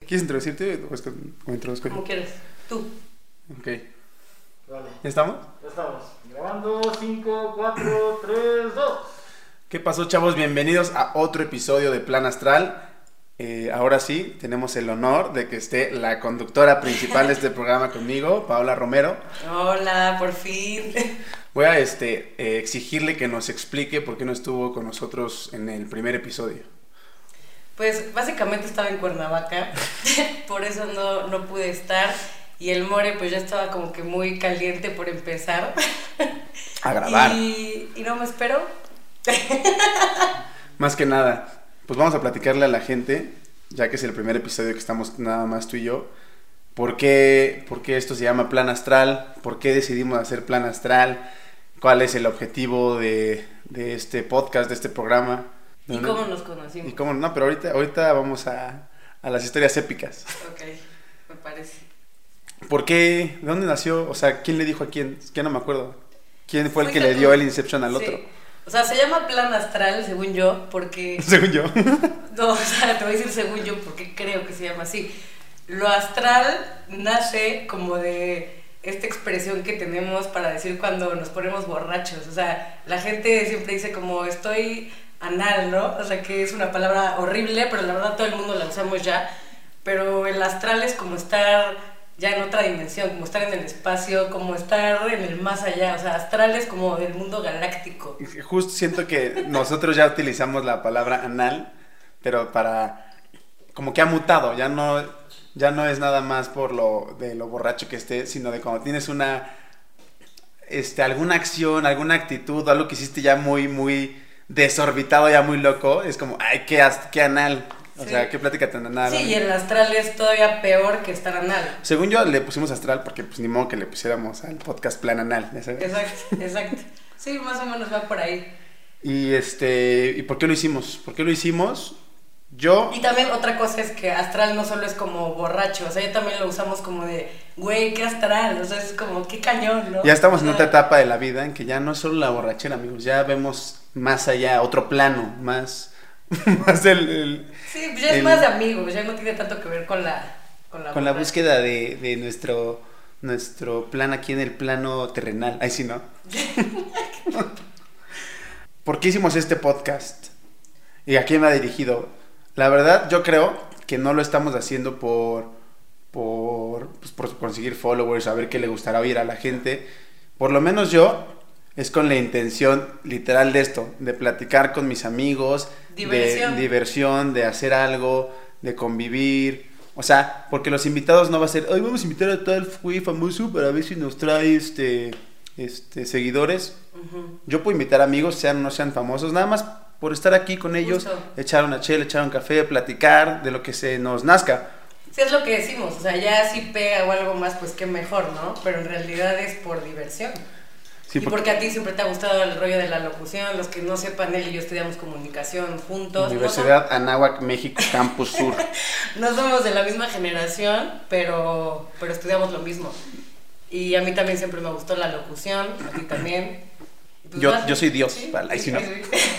¿Quieres introducirte o, es que- o introduzco yo? Como quieras. Tú. Ok. Vale, ¿Ya estamos? ya estamos. Grabando 5, 4, 3, 2. ¿Qué pasó, chavos? Bienvenidos a otro episodio de Plan Astral. Eh, ahora sí, tenemos el honor de que esté la conductora principal de este programa conmigo, Paola Romero. Hola, por fin. Voy a este, eh, exigirle que nos explique por qué no estuvo con nosotros en el primer episodio. Pues básicamente estaba en Cuernavaca, por eso no, no pude estar. Y el More pues ya estaba como que muy caliente por empezar. A grabar. Y, y no me espero. Más que nada, pues vamos a platicarle a la gente, ya que es el primer episodio que estamos nada más tú y yo, por qué, por qué esto se llama plan astral, por qué decidimos hacer plan astral, cuál es el objetivo de, de este podcast, de este programa. ¿Y ¿Dónde- cómo nos y conocimos? cómo? No, pero ahorita, ahorita vamos a, a las historias épicas. Ok, me parece. ¿Por qué? ¿De dónde nació? O sea, ¿quién le dijo a quién? Es que no me acuerdo. ¿Quién fue el que Fuiste le tú. dio el Inception al Sí. otro? O sea, se llama plan astral, según yo, porque Según yo. No, o sea, te voy a decir según yo porque creo que se llama así. Lo astral nace como de esta expresión que tenemos para decir cuando nos ponemos borrachos. O sea, la gente siempre dice como estoy anal, ¿no? O sea, que es una palabra horrible, pero la verdad todo el mundo la usamos ya. Pero el astral es como estar ya en otra dimensión, como estar en el espacio, como estar en el más allá. O sea, astral es como del mundo galáctico. Justo siento que nosotros ya utilizamos la palabra anal, pero para como que ha mutado, ya no ya no es nada más por lo de lo borracho que esté, sino de cuando tienes una este alguna acción, alguna actitud, algo que hiciste ya muy muy desorbitado, ya muy loco, es como, ay, qué as- qué anal. O Sí. sea, qué plática tan anal. Sí, y el astral es todavía peor que estar anal. Según yo le pusimos astral porque pues ni modo que le pusiéramos al podcast plan anal, ya sabes. Exacto, exacto. Sí, más o menos va por ahí. Y este, ¿y por qué lo hicimos? ¿Por qué lo hicimos? Yo Y también otra cosa es que astral no solo es como borracho, o sea, ya también lo usamos como de, güey, qué astral, o sea, es como, qué cañón, ¿no? Ya estamos en O otra sea, etapa de la vida en que ya no es solo la borrachera, amigos, ya vemos más allá, otro plano, más, más el- el- Sí, pues ya es el- más de amigos, ya no tiene tanto que ver con la... Con la, con la borracha. búsqueda de, de nuestro, nuestro plan aquí en el plano terrenal. Ahí sí, ¿no? ¿Por qué hicimos este podcast? ¿Y a quién va dirigido? La verdad, yo creo que no lo estamos haciendo por, por, pues, por conseguir followers, a ver qué le gustará oír a la gente. Por lo menos yo es con la intención literal de esto, de platicar con mis amigos, Diversión. de diversión, de hacer algo, de convivir. O sea, porque los invitados no va a ser, hoy vamos a invitar a tal güey famoso para ver si nos trae este, este seguidores. Ujú. Yo puedo invitar amigos, sean o no sean famosos, nada más por estar aquí con ellos, Justo. echar una chela, echar un café, platicar de lo que se nos nazca. Sí, es lo que decimos, o sea, ya si pega o algo más, pues qué mejor, ¿no? Pero en realidad es por diversión. Sí, y porque- porque a ti siempre te ha gustado el rollo de la locución, los que no sepan, él y yo estudiamos comunicación juntos. no son- Universidad Anáhuac, México, Campus Sur. No somos de la misma generación, pero, pero estudiamos lo mismo. Y a mí también siempre me gustó la locución, a ti también. Y pues Yo- basi- yo soy Dios, vale, ahí sí no.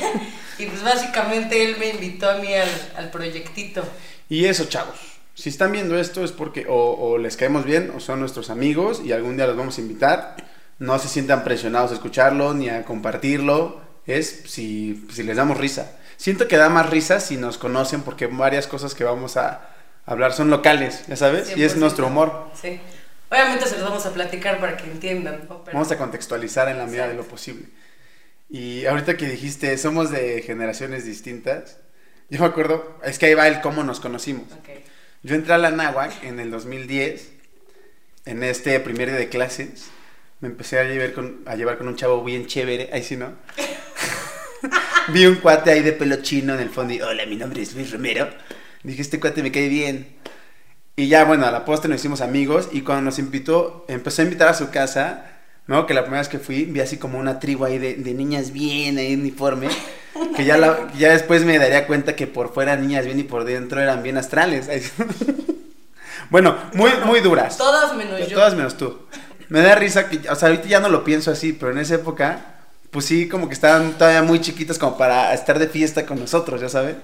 Y pues básicamente él me invitó a mí al, al proyectito. Y eso, chavos. Si están viendo esto es porque o, o les caemos bien o son nuestros amigos y algún día los vamos a invitar. No se sientan presionados a escucharlo ni a compartirlo. Es si, si les damos risa. Siento que da más risa si nos conocen porque varias cosas que vamos a hablar son locales, ya sabes. Y es 100%. nuestro humor. Sí. Obviamente se los vamos a platicar para que entiendan. ¿no? Pero- Vamos a contextualizar en la medida de lo Exacto. posible. Y ahorita que dijiste, somos de generaciones distintas. Yo me acuerdo, es que ahí va el cómo nos conocimos. Ok. Yo entré a la náhuac en el 2010, en este primer día de clases. Me empecé a llevar con, a llevar con un chavo bien chévere, ahí sí no. Vi un cuate ahí de pelo chino en el fondo y, hola, mi nombre es Luis Romero. Dije, este cuate me cae bien. Y ya, bueno, a la postre nos hicimos amigos y cuando nos invitó, empezó a invitar a su casa, me acuerdo que la primera vez que fui vi así como una tribu ahí de, de niñas bien ahí en uniforme, que ya, la- ya después me daría cuenta que por fuera niñas bien y por dentro eran bien astrales. bueno, muy, muy duras. Todas menos yo. Pues Todas menos tú. Me da risa que, o sea, ahorita ya no lo pienso así, pero en esa época, pues sí, como que estaban todavía muy chiquitas como para estar de fiesta con nosotros, ya sabes.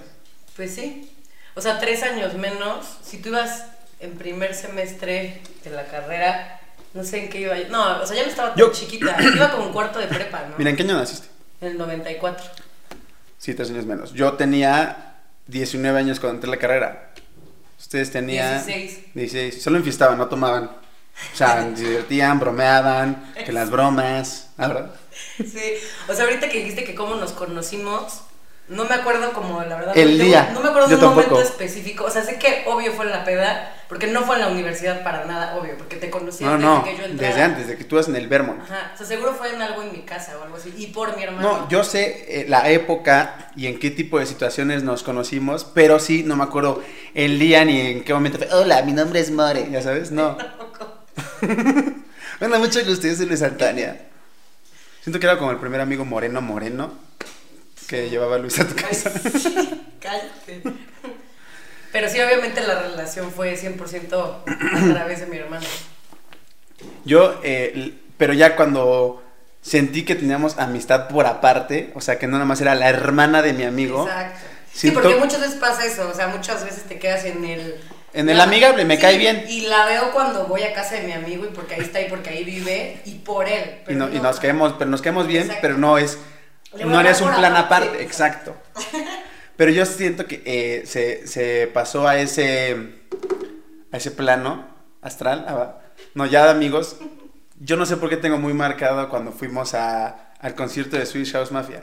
Pues sí. O sea, tres años menos. Si tú ibas en primer semestre de la carrera, no sé en qué iba yo. No, o sea, yo no estaba tan Yo- chiquita. Iba como un cuarto de prepa, ¿no? Mira, ¿en qué año naciste? En el 94. Sí, tres años menos. Yo tenía 19 años cuando entré a la carrera. Ustedes tenían... 16. 16. Solo enfiestaban, no tomaban. O sea, se divertían, bromeaban, que las bromas. Ah, ¿verdad? Sí. O sea, ahorita que dijiste que cómo nos conocimos, no me acuerdo como, la verdad. El no tengo- día. No me acuerdo Yo de un momento tampoco. específico. O sea, sé que obvio fue en la peda, porque no fue en la universidad para nada, obvio, porque te conocí No, desde no. que yo entrara. Desde antes, de que tú vas en el Vermont. Ajá. O sea, seguro fue en algo en mi casa o algo así. Y por mi hermano. No, yo sé eh, la época y en qué tipo de situaciones nos conocimos, pero sí, no me acuerdo el día ni en qué momento fue. Hola, mi nombre es More, ya sabes, no. bueno, mucho gusto, yo soy Luis Antonia. Siento que era como el primer amigo moreno moreno que llevaba a Luis a tu casa. Cállate. Pero sí, obviamente la relación fue 100% a través de mi hermano. Yo, eh, l- pero ya cuando sentí que teníamos amistad por aparte, o sea, que no nada más era la hermana de mi amigo. Exacto. Sí, Siento- porque muchas veces pasa eso, o sea, muchas veces te quedas en el... En el amigable, me cae bien. Y la veo cuando voy a casa de mi amigo y porque ahí está y porque ahí vive y por él. y, pero no- y nos caemos, pero nos caemos bien, Exacto. pero no es, Le voy a no eres dar un por plan aparte, aparte, exacto. exacto. Pero yo siento que eh, se, se pasó a ese, a ese plano astral, ah, no, ya de amigos, yo no sé por qué tengo muy marcado cuando fuimos a- al concierto de Swedish House Mafia.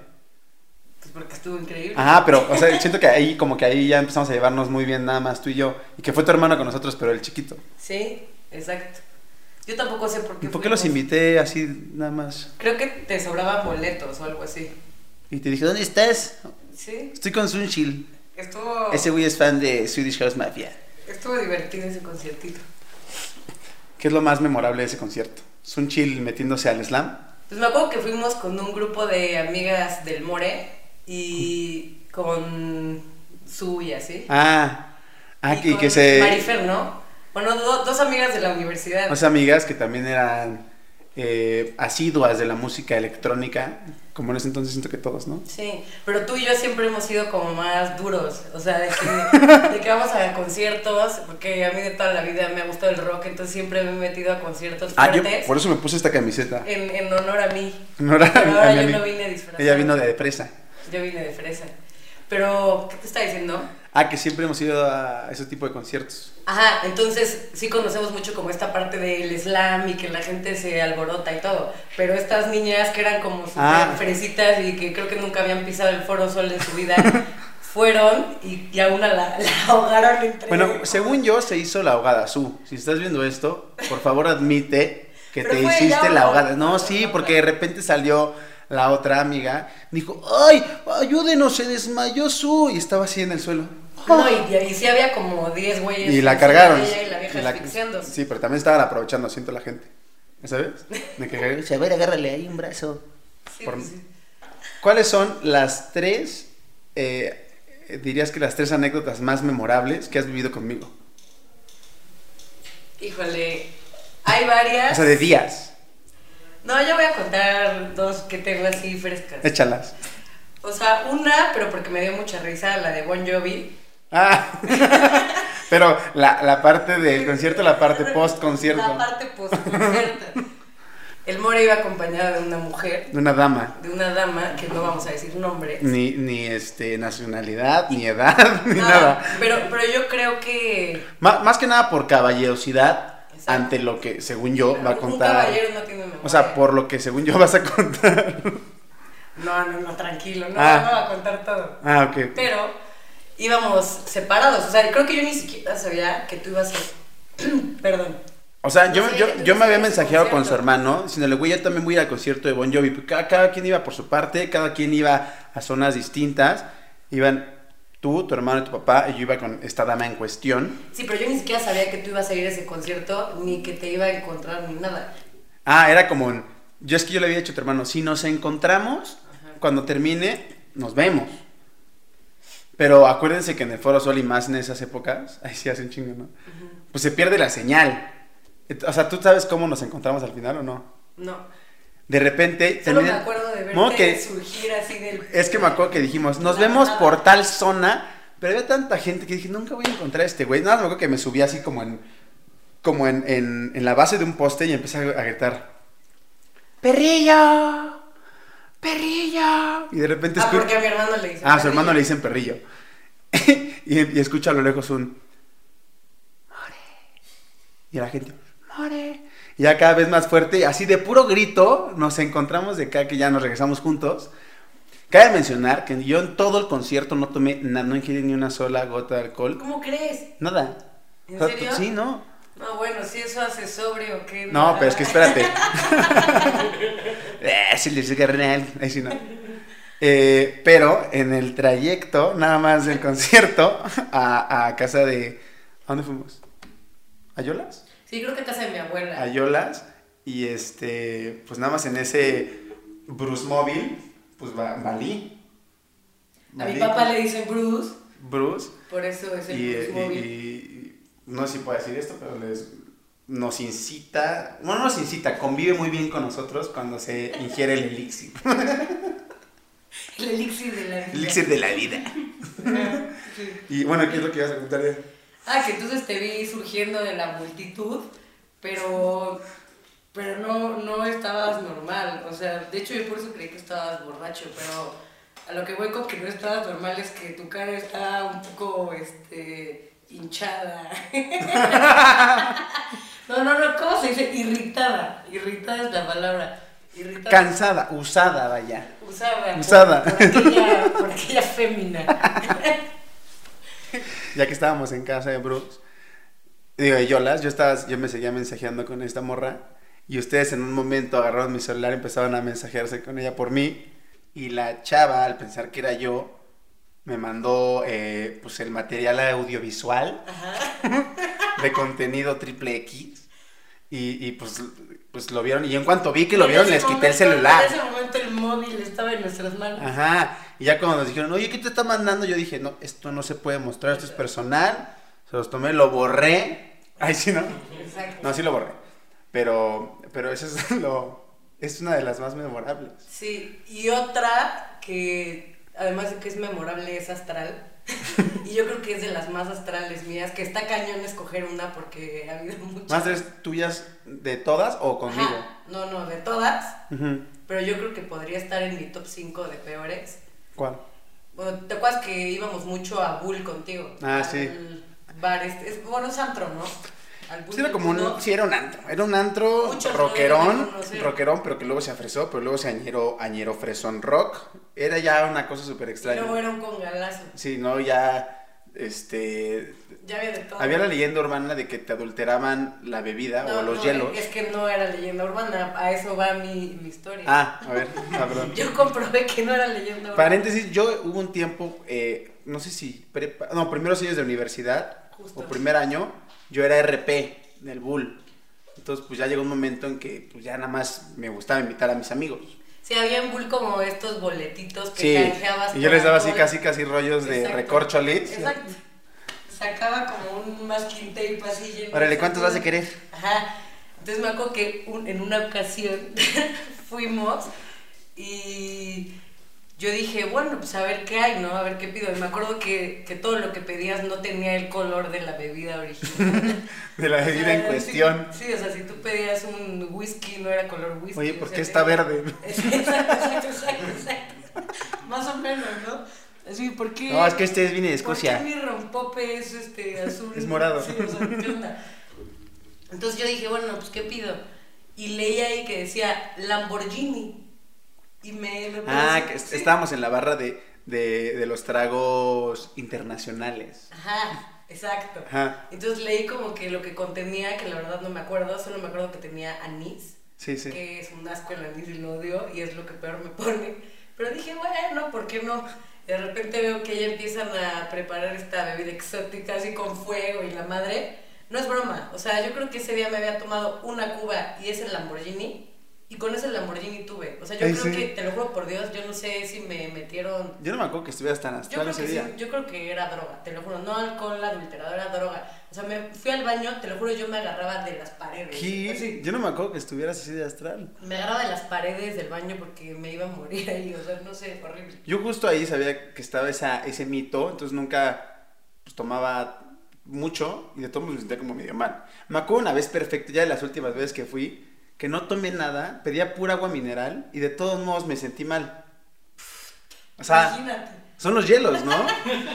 Pues porque estuvo increíble. Ajá, pero, o sea, siento que ahí, como que ahí ya empezamos a llevarnos muy bien nada más tú y yo, y que fue tu hermano con nosotros, pero el chiquito. Sí, exacto. Yo tampoco sé por ¿Y qué... por qué fuimos. los invité así nada más? Creo que te sobraban boletos o algo así. Y te dije, ¿dónde estás? Sí, Estoy con Sunshil. estuvo... Ese güey es fan de Swedish House Mafia. Estuvo divertido ese conciertito. ¿Qué es lo más memorable de ese concierto? ¿Es un chill metiéndose al slam? Pues me acuerdo que fuimos con un grupo de amigas del More y con su y así. Ah, ah que, con que se... Marifer, ¿no? Bueno, do- dos amigas de la universidad. Unas amigas que también eran eh, asiduas de la música electrónica, como en ese entonces siento que todos, ¿no? sí, pero tú y yo siempre hemos sido como más duros, o sea, de que, de que vamos a conciertos, porque a mí de toda la vida me ha gustado el rock, entonces siempre me he metido a conciertos Ah, yo fuertes Eh, por eso me puse esta camiseta. en, en honor a mí. No era- Pero a ahora mi yo amiga. no vine disfrazada. Ella vino de presa. Yo vine de fresa. Pero, ¿qué te está diciendo? Ah, que siempre hemos ido a ese tipo de conciertos. Ajá, entonces sí conocemos mucho como esta parte del slam y que la gente se alborota y todo, pero estas niñas que eran como súper Ah. fresitas y que creo que nunca habían pisado el Foro Sol en su vida, fueron y, y a una la, la ahogaron entre... Bueno, según yo, se hizo la ahogada. Su, si estás viendo esto, por favor admite que Pero te fue hiciste ella, la ¿no? ahogada. No, sí, porque de repente salió la otra amiga, dijo, ¡ay, ayúdenos, se desmayó Su! Y estaba así en el suelo. No, y, y sí había como 10 güeyes. Y la encima de cargaron. ella Y la vieja Y la- asfixiando. Sí, pero también estaban aprovechando, siento la gente. ¿Ya ¿Sabes? De que- A ver, agárrale ahí un brazo. Sí, por- pues, sí. ¿Cuáles son las tres, eh, eh, dirías que las tres anécdotas más memorables que has vivido conmigo? Híjole, hay varias. O sea, de días. No, yo voy a contar dos que tengo así frescas. Échalas. O sea, una, pero porque me dio mucha risa, la de Bon Jovi. Ah, pero la, la parte del concierto, la parte post-concierto. La parte post-concierto. El More iba acompañado de una mujer, De una dama. de una dama, que no vamos a decir nombre. Ni, ni este, nacionalidad, ni edad, ni nada. Pero, pero yo creo que Ma- más que nada por caballerosidad Exacto. ante lo que, según yo, va a un contar. caballero no tiene memoria. O sea, por lo que, según yo, vas a contar. No, no, no, tranquilo, no, Ah. no va a contar todo. Ah, ok. Pero íbamos separados, o sea, creo que yo ni siquiera sabía que tú ibas a... Perdón. O sea, yo, Sí, yo, yo me había sí, mensajeado con su concierto. hermano, diciéndole, güey, yo también voy a ir al concierto de Bon Jovi. Pero Cada, cada quien iba por su parte, cada quien iba a zonas distintas. Iban tú, tu hermano y tu papá, y yo iba con esta dama en cuestión. Sí, pero yo ni siquiera sabía que tú ibas a ir a ese concierto, ni que te iba a encontrar, ni nada. Ah, era como un- Yo es que yo le había dicho a tu hermano, si nos encontramos, Ajá. cuando termine, nos vemos. Pero acuérdense que en el Foro Sol y más en esas épocas, ahí sí hace un chingo, ¿no? Pues se pierde la señal. Et- O sea, ¿tú sabes cómo nos encontramos al final o no? No. De repente... Solo me termina- acuerdo de verte No, que- surgir así del... Es que me acuerdo que dijimos, nos La vemos nada. por tal zona, Pero había tanta gente que dije, nunca voy a encontrar a este güey. Nada, más me acuerdo que me subí así como en. como en, en, en la base de un poste y empecé a gritar. ¡Perrillo! ¡Perrillo! Y de repente Ah, escucho. porque a mi hermano le dice. Ah, a su hermano le dicen perrillo. y, y escucha a lo lejos un. More. Y la gente. More. Y ya cada vez más fuerte, así de puro grito, nos encontramos de acá que ya nos regresamos juntos. Cabe mencionar que yo en todo el concierto no tomé, na- no ingerí ni una sola gota de alcohol. ¿Cómo crees? Nada. ¿En O sea, serio? Sí, no. No, bueno, si eso hace sobrio, ¿qué? No, pero es que espérate. Eh, sí, le hice carnal. Ahí sí no. Eh, pero en el trayecto, nada más del concierto, a, a casa de. ¿A dónde fuimos? ¿Ayolas? Sí, creo que casa de mi abuela. Ayolas. Y este. Pues nada más en ese Bruce Móvil, pues va- valí. a mi Valí papá con le dicen Bruce, Bruce. por eso es el Y, eh, Bruce y- móvil. y- no sé si puedo decir esto, pero les, nos incita, bueno, no nos incita, convive muy bien con nosotros cuando se ingiere el elixir, El elixir de la vida. el elixir de la vida. Ajá, sí. Y bueno, ¿qué es lo que ibas a contar? Ed? Ah, que entonces te vi surgiendo de la multitud, pero, pero no, no estabas normal. O sea, de hecho yo por eso creí que estabas borracho, pero a lo que voy con que no estabas normal es que tu cara está un poco este, hinchada. no, no, no, ¿cómo se dice? Irritada. Irritada es la palabra. Irritada. Cansada, usada, vaya. Usada. por- Usada. Ah, Por, aquella, por aquella fémina. Ya que estábamos en casa de Bruce, digo, de Yolas, yo, estaba, yo me seguía mensajeando con esta morra y ustedes en un momento agarraron mi celular, empezaron a mensajearse con ella por mí y la chava, al pensar que era yo, me mandó eh, pues el material audiovisual de contenido triple X y, y, pues, pues lo vieron y en cuanto vi que lo vieron En les ese quité el momento- celular. En ese momento el móvil estaba en nuestras manos. Ajá. Y ya cuando nos dijeron, oye, ¿qué te está mandando? Yo dije, no, esto no se puede mostrar, esto es personal. Se los tomé, lo borré. Ay, sí, ¿no? Exacto. No, sí lo borré. Pero, pero eso es lo... Es una de las más memorables. Sí, y otra que además de que es memorable es astral. y yo creo que es de las más astrales mías, que está cañón escoger una porque ha habido muchas. ¿Más tres tuyas de todas o conmigo? Ajá. No, no, de todas, Ujú. pero yo creo que podría estar en mi top 5 de peores. ¿Cuál? Bueno, ¿te acuerdas que íbamos mucho a Bull contigo? Ah, Al sí. Bar, este, es, bueno, es antro, ¿no? Al Bull Sí, era como Nocturno. un, sí, era un antro. Era un antro Muchos no rockerón, deben conocer. rockerón, pero que luego se afresó, pero luego se añero, añero fresón rock. Era ya una cosa súper Y extraña. luego era un congalazo. Sí, no, ya, este, Ya había de todo. Había la leyenda urbana de que te adulteraban la bebida No, o los no, hielos. Es que no era leyenda urbana, a eso va mi, mi historia. Ah, a ver, ah, perdón. Yo comprobé que no era leyenda urbana. Paréntesis, yo hubo un tiempo, eh, no sé si, prepa- no, primeros años de universidad Justo. o primer año, yo era RP del Bull. Entonces, pues ya llegó un momento en que pues, ya nada más me gustaba invitar a mis amigos. Sí, había en Bull como estos boletitos que Sí, canjeabas. y yo por les daba así alcohol. casi, casi rollos de Exacto. recorcholis. Exacto. Sacaba como un masking tape así lleno. Órale, de- ¿cuántos vas a querer? Ajá. Entonces me acuerdo que un- en una ocasión fuimos y yo dije, bueno, pues a ver qué hay, ¿no? A ver qué pido. Y me acuerdo que, que todo lo que pedías no tenía el color de la bebida original. De la O bebida sea, en sí, cuestión. Sí, o sea, si tú pedías un whisky, no era color whisky. Oye, o ¿por sea, qué está era- verde? Exacto, exacto, exacto, exacto. Más o menos, ¿no? Así, ¿por qué? No, es que este viene de ¿Por Escocia. qué mi rompope es este azul? Es morado. Sí, o sea, ¿qué onda? Entonces yo dije, bueno, pues ¿qué pido? Y leí ahí que decía Lamborghini. Y me, me Ah, pareció- que est- sí. estábamos en la barra de, de, de los tragos internacionales. Ajá, exacto. Ajá. Entonces leí como que lo que contenía, que la verdad no me acuerdo, solo me acuerdo que tenía anís, Sí, sí. que es un asco el anís y lo odio y es lo que peor me pone. Pero dije, bueno, ¿por qué no? De repente veo que ya empiezan a preparar esta bebida exótica así con fuego y la madre. No es broma, o sea, yo creo que ese día me había tomado una cuba y ese Lamborghini y con ese Lamborghini tuve. O sea, yo Ay, creo sí. que, te lo juro por Dios, yo no sé si me metieron Yo no me acuerdo que estuvieras tan yo astral creo, ese que día. sí, yo creo que era droga, te lo juro, no alcohol adulterado, era droga. O sea, me fui al baño, te lo juro, yo me agarraba de las paredes. ¿Qué? Así, Yo no me acuerdo que estuvieras así de astral. me agarraba de las paredes del baño porque me iba a morir ahí, o sea, no sé, horrible. Yo justo ahí sabía que estaba esa, ese mito, entonces nunca pues tomaba mucho y de todo me sentía como medio mal. Me acuerdo una vez perfecto, ya de las últimas veces que fui, que no tomé nada, pedía pura agua mineral y de todos modos me sentí mal. O sea, Imagínate. son los hielos, ¿no?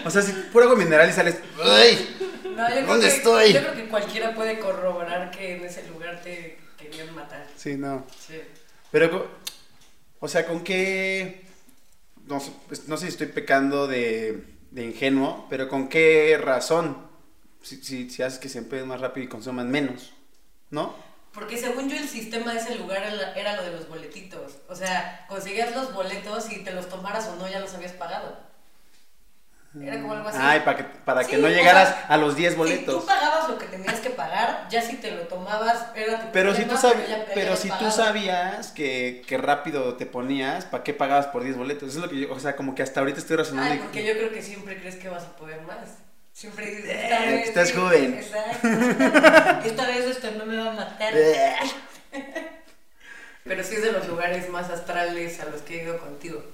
O sea, si pura agua mineral y sales, ¡ay! No, yo creo ¿Dónde que- estoy? Yo creo que cualquiera puede corroborar que en ese lugar te querían matar. Sí, no. Sí. Pero, co- o sea, ¿con qué? No, sé, pues, no sé si estoy pecando de, de ingenuo, pero ¿con qué razón? Si, si, si haces que se empleen más rápido y consuman menos, ¿no? Porque según yo el sistema de ese lugar era- era lo de los boletitos. O sea, conseguías los boletos y te los tomaras o no, ya los habías pagado. Era como algo así. Ay, para que, para que Sí, no o sea, llegaras a los 10 Si boletos. tú pagabas lo que tenías que pagar, ya si te lo tomabas era tu pero si tú, problema, sab- ya- ya pero habías si tú pagado. sabías que, que rápido te ponías, ¿para qué pagabas por 10 boletos? Eso es lo que yo, o sea, como que hasta ahorita estoy razonando. Ay, y- porque yo creo que siempre crees que vas a poder más. Siempre dices, Eh, "Esta vez estás sí, joven". Exacto. Esta vez esto no me va a matar. Eh. Pero sí es de los lugares más astrales a los que he ido contigo.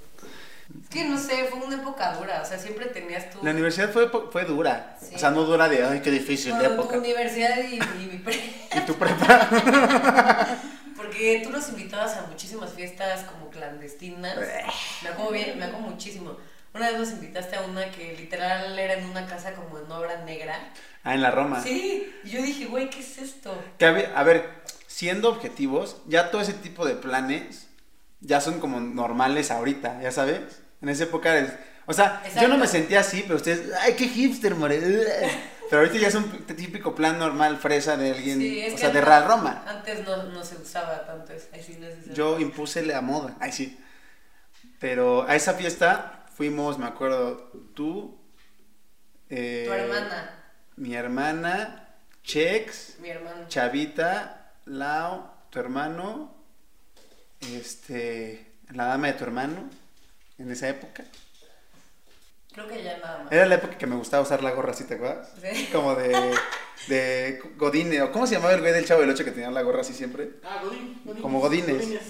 Es que no sé, fue una época dura. O sea, siempre tenías tu. La universidad fue, po- fue dura. Sí. O sea, no dura de, ay, qué difícil de Bueno, tu época. universidad y, y mi pre- Y tu prepa. Porque tú nos invitabas a muchísimas fiestas como clandestinas. Eh. Me acuerdo bien, me acuerdo muchísimo. Una vez nos invitaste a una que literal era en una casa como en obra negra. Ah, en la Roma. Sí, y yo dije, güey, ¿qué es esto? Que a, ver, a ver, siendo objetivos, ya todo ese tipo de planes ya son como normales ahorita, ya sabes. En esa época es. O sea, yo no Exacto. me sentía así, pero ustedes, ay, qué hipster, more. Pero ahorita ya es un típico plan normal, fresa de alguien, Sí, es o que sea, de antes- la Roma. Antes no, no se usaba tanto eso. Ay, sí, no se usaba. Yo impuse la moda, ay sí. Pero a esa fiesta fuimos, me acuerdo, tú, eh, Tu hermana, mi hermana, Chex, mi hermano. Chavita, Lao, tu hermano, este, la dama de tu hermano, en esa época. Creo que ya nada más. Era la época que me gustaba usar la gorra, ¿sí te acuerdas? Sí. Como de, de Godine, o ¿cómo se llamaba el güey del Chavo del Ocho que tenía la gorra así siempre? Ah, Godín. Godínez. Como Godínez. Godínez.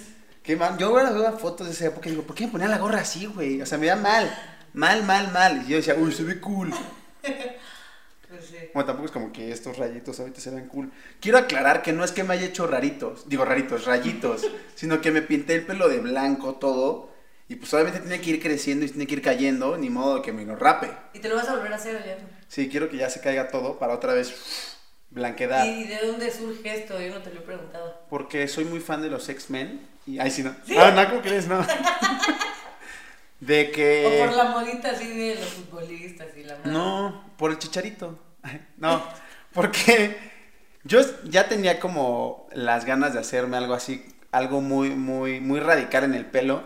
Qué mal. Yo ahora veo fotos de esa época y digo, ¿por qué me ponían la gorra así, güey? O sea, me veía mal, mal, mal, mal. Y yo decía, uy, se ve cool. Pues sí. Bueno, tampoco es como que estos rayitos ahorita se ven cool. Quiero aclarar que no es que me haya hecho raritos, digo raritos, rayitos, sino que me pinté el pelo de blanco todo. Y pues obviamente tiene que ir creciendo y tiene que ir cayendo, ni modo que me lo rape. Y te lo vas a volver a hacer, ya. Sí, quiero que ya se caiga todo para otra vez blanquedad. ¿Y de dónde surge esto? Yo no te lo he preguntado. Porque soy muy fan de los X-Men. Y... Ay, sí, no. Ah, no, ¿cómo crees? No. de que... O por la modita así de los futbolistas y la madre. Eh, No, por el chicharito. No, porque yo ya tenía como las ganas de hacerme algo así, algo muy, muy, muy radical en el pelo.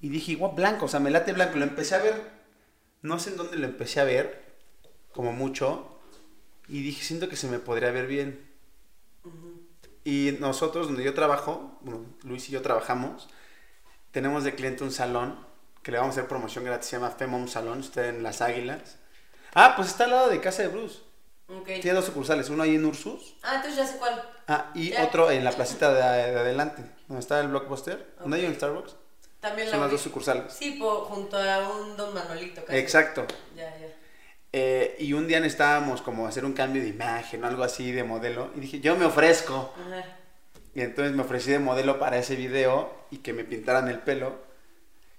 Y dije, igual blanco, o sea, me late blanco. Lo empecé a ver, no sé en dónde lo empecé a ver, como mucho. Y dije, siento que se me podría ver bien. Y nosotros, donde yo trabajo, bueno, Luis y yo trabajamos, tenemos de cliente un salón que le vamos a hacer promoción gratis, se llama Femom Salón, está en Las Águilas. Ah, pues está al lado de Casa de Bruce. Ok. Tiene dos sucursales, uno ahí en Ursus Ah, entonces ya sé cuál. ah, y Ya. otro en la placita de, de adelante, donde está el blockbuster, donde hay Ok. un Starbucks. También Son la las dos ubico. sucursales. Sí, po- junto a un Don Manolito casi. Exacto. Ya, ya. Eh, y un día necesitábamos como hacer un cambio de imagen o algo así de modelo. Y dije, yo me ofrezco. Ajá. Y entonces me ofrecí de modelo para ese video y que me pintaran el pelo.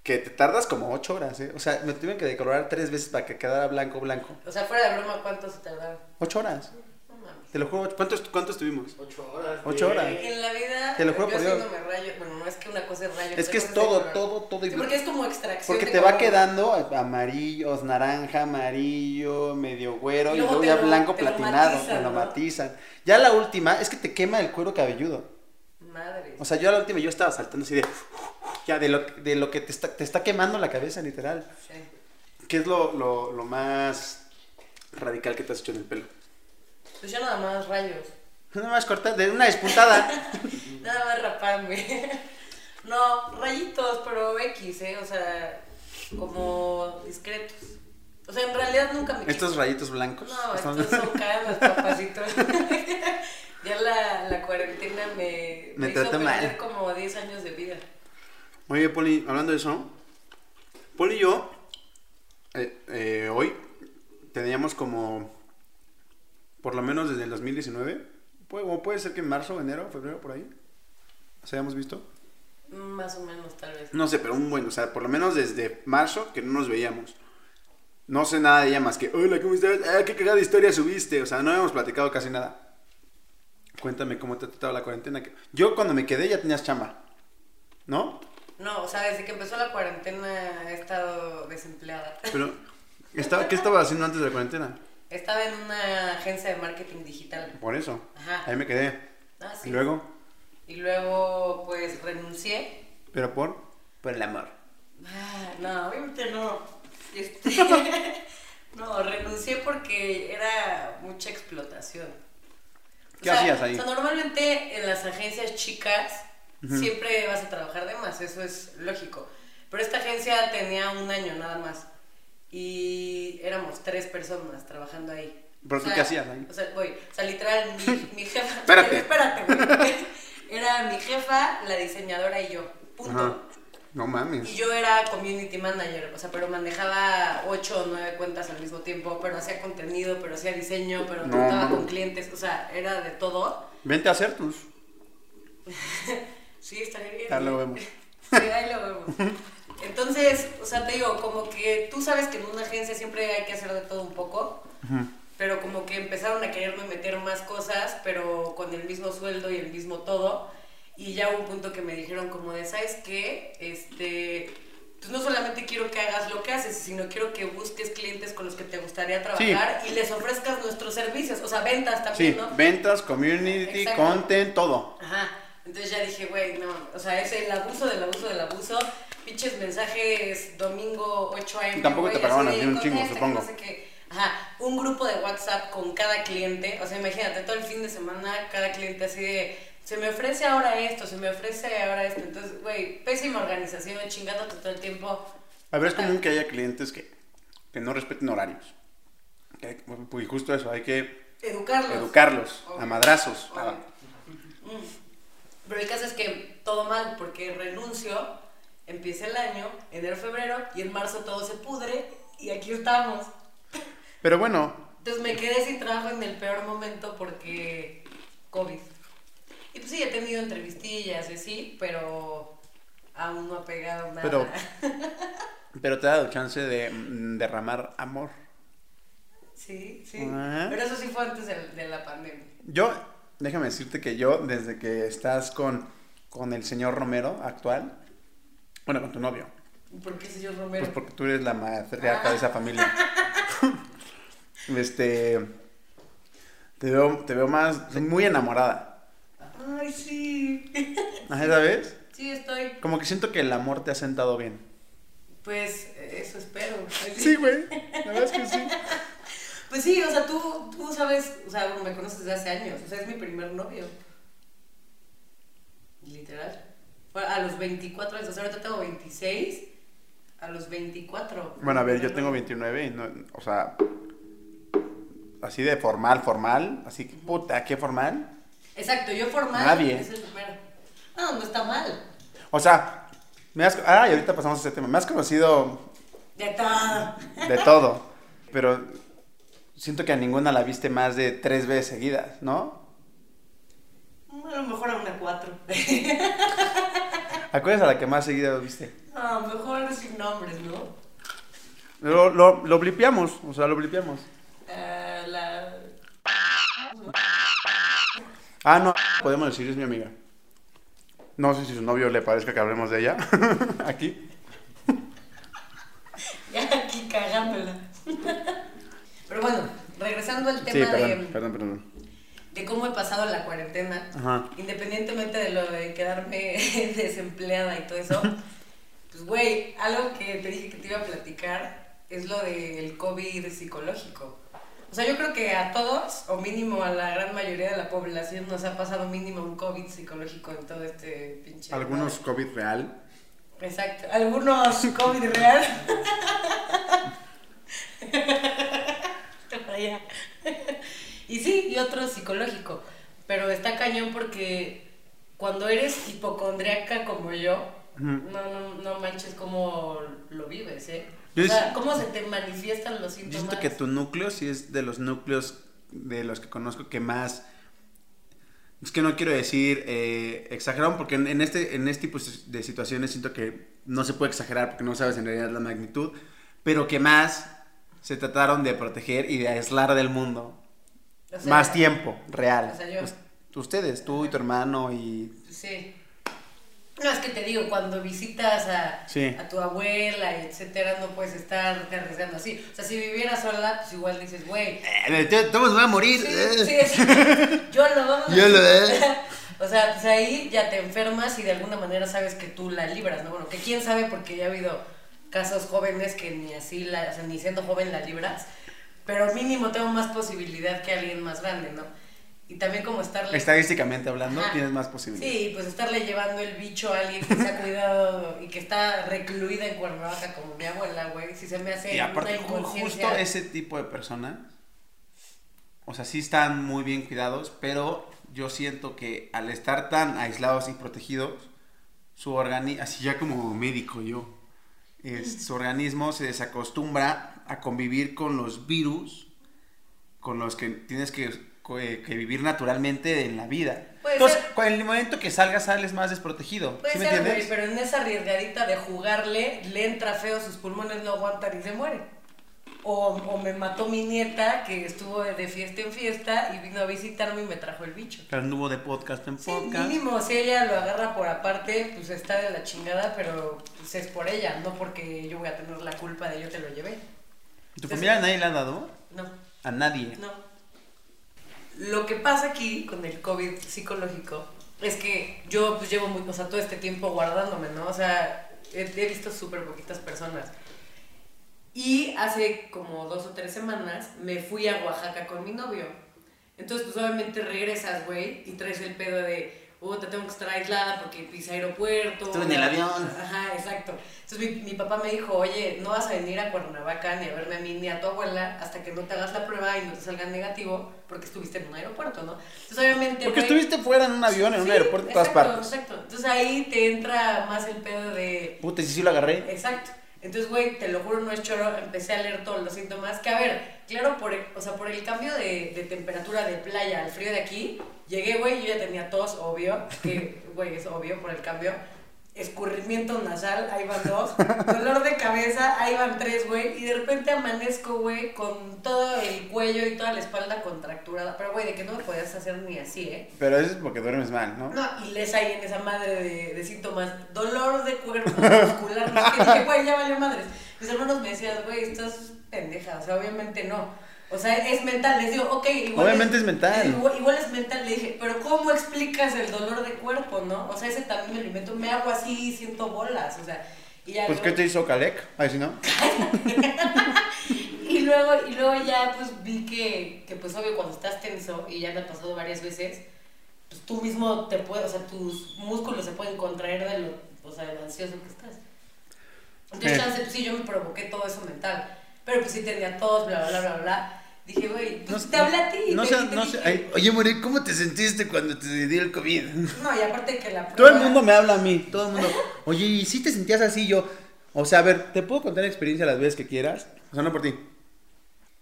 Que te tardas como ocho horas, ¿eh? O sea, me tuvieron que decolorar tres veces para que quedara blanco, blanco. O sea, fuera de broma, ¿cuánto se tardaron? Ocho horas. No mames. Te lo juro, ¿cuántos, cuántos tuvimos? Ocho horas. Ocho güey. horas. En la vida, Te lo juro yo por sí Dios. no me rayo. Bueno, no es que una cosa es rayo. Es otra que es cosa todo, decorar. todo, todo. y Sí, porque es como extracción. Porque de te va color. quedando amarillos, naranja, amarillo, medio güero Y y luego luego te ya lo- blanco te lo platinado, matizan, te lo ¿no? matizan. Ya la última es que te quema el cuero cabelludo. Madre. O sea, yo a la última yo estaba saltando así de ya de lo, de lo que te está, te está quemando la cabeza, literal. Sí. ¿Qué es lo, lo, lo más radical que te has hecho en el pelo? Pues yo nada más rayos. Nada más cortar, de una despuntada. Nada más raparme. No, rayitos, pero X, ¿eh? O sea, como discretos. O sea, en realidad nunca me Estos rayitos blancos. No, están- estos son caras, papacitos. ya la, la cuarentena me, Me hizo trató perder mal. como 10 años de vida. Oye, Poli, hablando de eso, Poli y yo, eh, eh, hoy teníamos como, por lo menos desde el 2019, puede, o puede ser que en marzo, enero, febrero, por ahí, se hayamos visto. Más o menos, tal vez. No sé, pero un buen, o sea, por lo menos desde marzo que no nos veíamos. No sé nada de ella más que, hola, ¿cómo estás? Ah, qué cagada historia subiste. O sea, no habíamos platicado casi nada. Cuéntame cómo te ha tratado la cuarentena. que- Yo cuando me quedé ya tenías chamba, ¿no? No, o sea, desde que empezó la cuarentena he estado desempleada. Pero, estaba, ¿qué estabas haciendo antes de la cuarentena? Estaba en una agencia de marketing digital. Por eso, Ajá. ahí me quedé. Ah, sí. Y luego, Y luego, pues, renuncié. pero por... Por el amor. Ah, No, obviamente no. Este, no, renuncié porque era mucha explotación. O ¿Qué hacías ahí? O sea, normalmente en las agencias chicas siempre vas a trabajar de más, eso es lógico. Pero esta agencia tenía un año nada más y éramos tres personas trabajando ahí. ¿Pero tú qué hacías ahí? O sea, voy, o sea, literal, mi, mi jefa. Espérate. Espérate, güey. Era mi jefa, la diseñadora y yo. Punto. Ajá. No Y mames. yo era community manager, o sea, pero manejaba ocho o nueve cuentas al mismo tiempo, pero hacía contenido, pero hacía diseño, pero No, trataba no. con clientes, o sea, era de todo. Vente a hacer tus... Sí, estaría bien. Ya ¿no? lo vemos. Sí, ahí lo vemos. Entonces, o sea, te digo, como que tú sabes que en una agencia siempre hay que hacer de todo un poco, pero como que empezaron a quererme meter más cosas, pero con el mismo sueldo y el mismo todo. Y ya hubo un punto que me dijeron como de, ¿sabes qué? Este, pues no solamente quiero que hagas lo que haces, sino quiero que busques clientes con los que te gustaría trabajar y les ofrezcas nuestros servicios, o sea, ventas también, Sí, ¿no? ventas, community, Exacto. content, todo. Ajá. Entonces ya dije, güey, no. O sea, es el abuso del abuso del abuso. Pinches mensajes domingo 8 a.m. Tampoco te güey, pagaban así de, así un chingo, "Contesta", que supongo. no sé qué. Ajá. Un grupo de WhatsApp con cada cliente. O sea, imagínate, todo el fin de semana, cada cliente así de. Se me ofrece ahora esto, se me ofrece ahora esto. Entonces, güey, pésima organización, chingándote todo el tiempo. A ver, es común que haya clientes que, que no respeten horarios. Que- pues justo eso, hay que Educarlos. educarlos a Obvio. madrazos. Obvio. Mm. Pero el caso es que todo mal, porque renuncio, empieza el año, enero, febrero, y en marzo todo se pudre, y aquí estamos. Pero bueno, Entonces me quedé sin trabajo en el peor momento porque COVID. Y pues sí, he tenido entrevistillas y así, pero aún no ha pegado nada. Pero- pero te ha dado chance de mm, derramar amor. Sí, sí. Ah. Pero eso sí fue antes del- de, la pandemia. Yo, déjame decirte que yo, desde que estás con, con el señor Romero actual, bueno, con tu novio, ¿Por qué señor Romero? pues porque tú eres la matriarca de esa Ah. familia. este, te veo, te veo más, muy enamorada. Ay, sí. Ajá, ¿Sabes? Sí, estoy. Como que siento que el amor te ha sentado bien. Pues eso espero. Sí, güey. La verdad es que sí. Pues sí, o sea, tú, tú sabes, o sea, me conoces desde hace años, o sea, es mi primer novio. Literal. Fue a los 24 años, o sea, ahorita tengo 26, a los 24. Bueno, a ver, yo tengo 29 y no, o sea, así de formal, formal, así que puta, qué formal. Exacto, yo formal Nadie. es el primero. No, no está mal. O sea, me has, ah, y ahorita pasamos a ese tema. Me has conocido Ya está. de todo, pero siento que a ninguna la viste más de tres veces seguidas, ¿no? A lo mejor a una 4. ¿A cuál es a la que más seguida viste? A lo mejor sin nombres, ¿no? Lo, lo, lo blipeamos, o sea, lo blipeamos. Eh, la... Ah, no, podemos decir, es mi amiga. No sé si su novio le parezca que hablemos de ella aquí. Ya aquí cagándola. Pero bueno, regresando al tema Sí, de... perdón, perdón, perdón. de cómo he pasado la cuarentena, Ajá. independientemente de lo de quedarme desempleada y todo eso, pues güey, algo que te dije que te iba a platicar es lo del COVID psicológico. O sea, yo creo que a todos, o mínimo a la gran mayoría de la población, nos ha pasado mínimo un COVID psicológico en todo este pinche... Algunos COVID real. Exacto, algunos COVID real. Para allá. y sí, y otro psicológico. Pero está cañón porque cuando eres hipocondriaca como yo, Ujú. no, no, no manches cómo lo vives. horribles, ¿eh? Yo o sea, sí- ¿cómo se te manifiestan los Yo síntomas? siento que tu núcleo sí es de los núcleos de los que conozco que más. Es que no quiero decir eh, exageraron, porque en, en este, en este tipo de situaciones siento que no se puede exagerar porque no sabes en realidad la magnitud, pero que más se trataron de proteger y de aislar del mundo. O sea, más tiempo real. o sea, yo- Us- Ustedes, tú y tu hermano y... Sí. No, es que te digo, cuando visitas a, Sí. a tu abuela, etcétera, no puedes estarte arriesgando así. O sea, si vivieras sola, pues igual dices, güey. Eh, te- todos van a morir. Sí, eh. sí, es- yo lo vamos a Yo lo, hacer. eh. O sea, pues ahí ya te enfermas y de alguna manera sabes que tú la libras, ¿no? Bueno, que quién sabe porque ya ha habido casos jóvenes que ni así, la, o sea, ni siendo joven la libras, pero mínimo tengo más posibilidad que alguien más grande, ¿no? Y también como estarle... Estadísticamente hablando, Ajá. tienes más posibilidades. Sí, pues estarle llevando el bicho a alguien que se ha cuidado y que está recluida en Cuernavaca como mi abuela, güey. Si se me hace Y aparte, una ju- inconsciencia. justo ese tipo de personas, o sea, sí están muy bien cuidados, pero yo siento que al estar tan aislados y protegidos, su organismo, así ya como médico yo, es- su organismo se desacostumbra a convivir con los virus con los que tienes que, eh, que- que vivir naturalmente en la vida. Puede Entonces, ser. cu- en el momento que salgas, sales más desprotegido. Puede ¿Sí me ser, güey, entiendes? pero en esa arriesgadita de jugarle, le entra feo, sus pulmones no aguantan y se muere. O, o me mató mi nieta que estuvo de fiesta en fiesta y vino a visitarme y me trajo el bicho. Pero anduvo de podcast en Sí, podcast. mínimo, si ella lo agarra por aparte, pues está de la chingada, pero pues es por ella, no porque yo voy a tener la culpa de yo te lo llevé. ¿Tu familia a nadie le ha dado? No. A nadie. No. Lo que pasa aquí con el COVID psicológico es que yo pues llevo muy, o sea, todo este tiempo guardándome, ¿no? O sea, he, he visto súper poquitas personas. Y hace como dos o tres semanas me fui a Oaxaca con mi novio. Entonces, pues obviamente regresas, güey, y traes el pedo de, oh, te tengo que estar aislada porque pisa aeropuerto. Estuve en el avión. Ajá, exacto. Entonces mi, mi papá me dijo, oye, no vas a venir a Cuernavaca ni a verme a mí ni a tu abuela hasta que no te hagas la prueba y no te salga negativo porque estuviste en un aeropuerto, ¿no? Entonces obviamente... Porque güey, estuviste fuera en un avión, en un sí, aeropuerto, en todas exacto, partes. Exacto. Entonces ahí te entra más el pedo de... Puta, y si sí lo agarré. Exacto. Entonces, güey, te lo juro, no es choro, empecé a leer todos los síntomas. Que a ver, claro, por el, o sea, por el cambio de, de temperatura de playa al frío de aquí, llegué, güey, yo ya tenía tos, obvio, que, güey, es obvio por el cambio. Escurrimiento nasal, ahí van dos. Dolor de cabeza, ahí van tres, güey. Y de repente amanezco, güey, con todo el cuello y toda la espalda contracturada. Pero, güey, de que no me podías hacer ni así, ¿eh? Pero eso es porque duermes mal, ¿no? No, y les hay en esa madre de, de síntomas, dolor de cuerpo muscular, no sé qué. Dije, güey, ya valió madres. Mis hermanos me decían, güey, estás pendeja, o sea, obviamente no. O sea, es mental, les digo, ok, igual. Obviamente es mental. Igual, igual es mental, le dije, pero ¿cómo explicas el dolor de cuerpo, no? O sea, ese también me lo invento, me hago así y siento bolas, o sea. Y ya Pues, luego- ¿qué te hizo Kalek? Ay, si no. y luego, y luego ya pues vi que, que pues obvio cuando estás tenso y ya me ha pasado varias veces, pues tú mismo te puedes, o sea, tus músculos se pueden contraer de lo, o sea, de lo ansioso que estás. Entonces, Sí. chance, pues sí, yo me provoqué todo eso mental. Pero pues sí tenía tos, bla, bla, bla, bla, bla. Dije, güey, pues te hablé a ti. No te- sé, te no sé. dije- ay, oye, Morir, ¿cómo te sentiste cuando te dio el COVID? No, y aparte que la Todo el prueba- mundo me habla a mí, todo el mundo. Oye, ¿y si te sentías así yo? O sea, a ver, te puedo contar experiencia las veces que quieras. O sea, no por ti.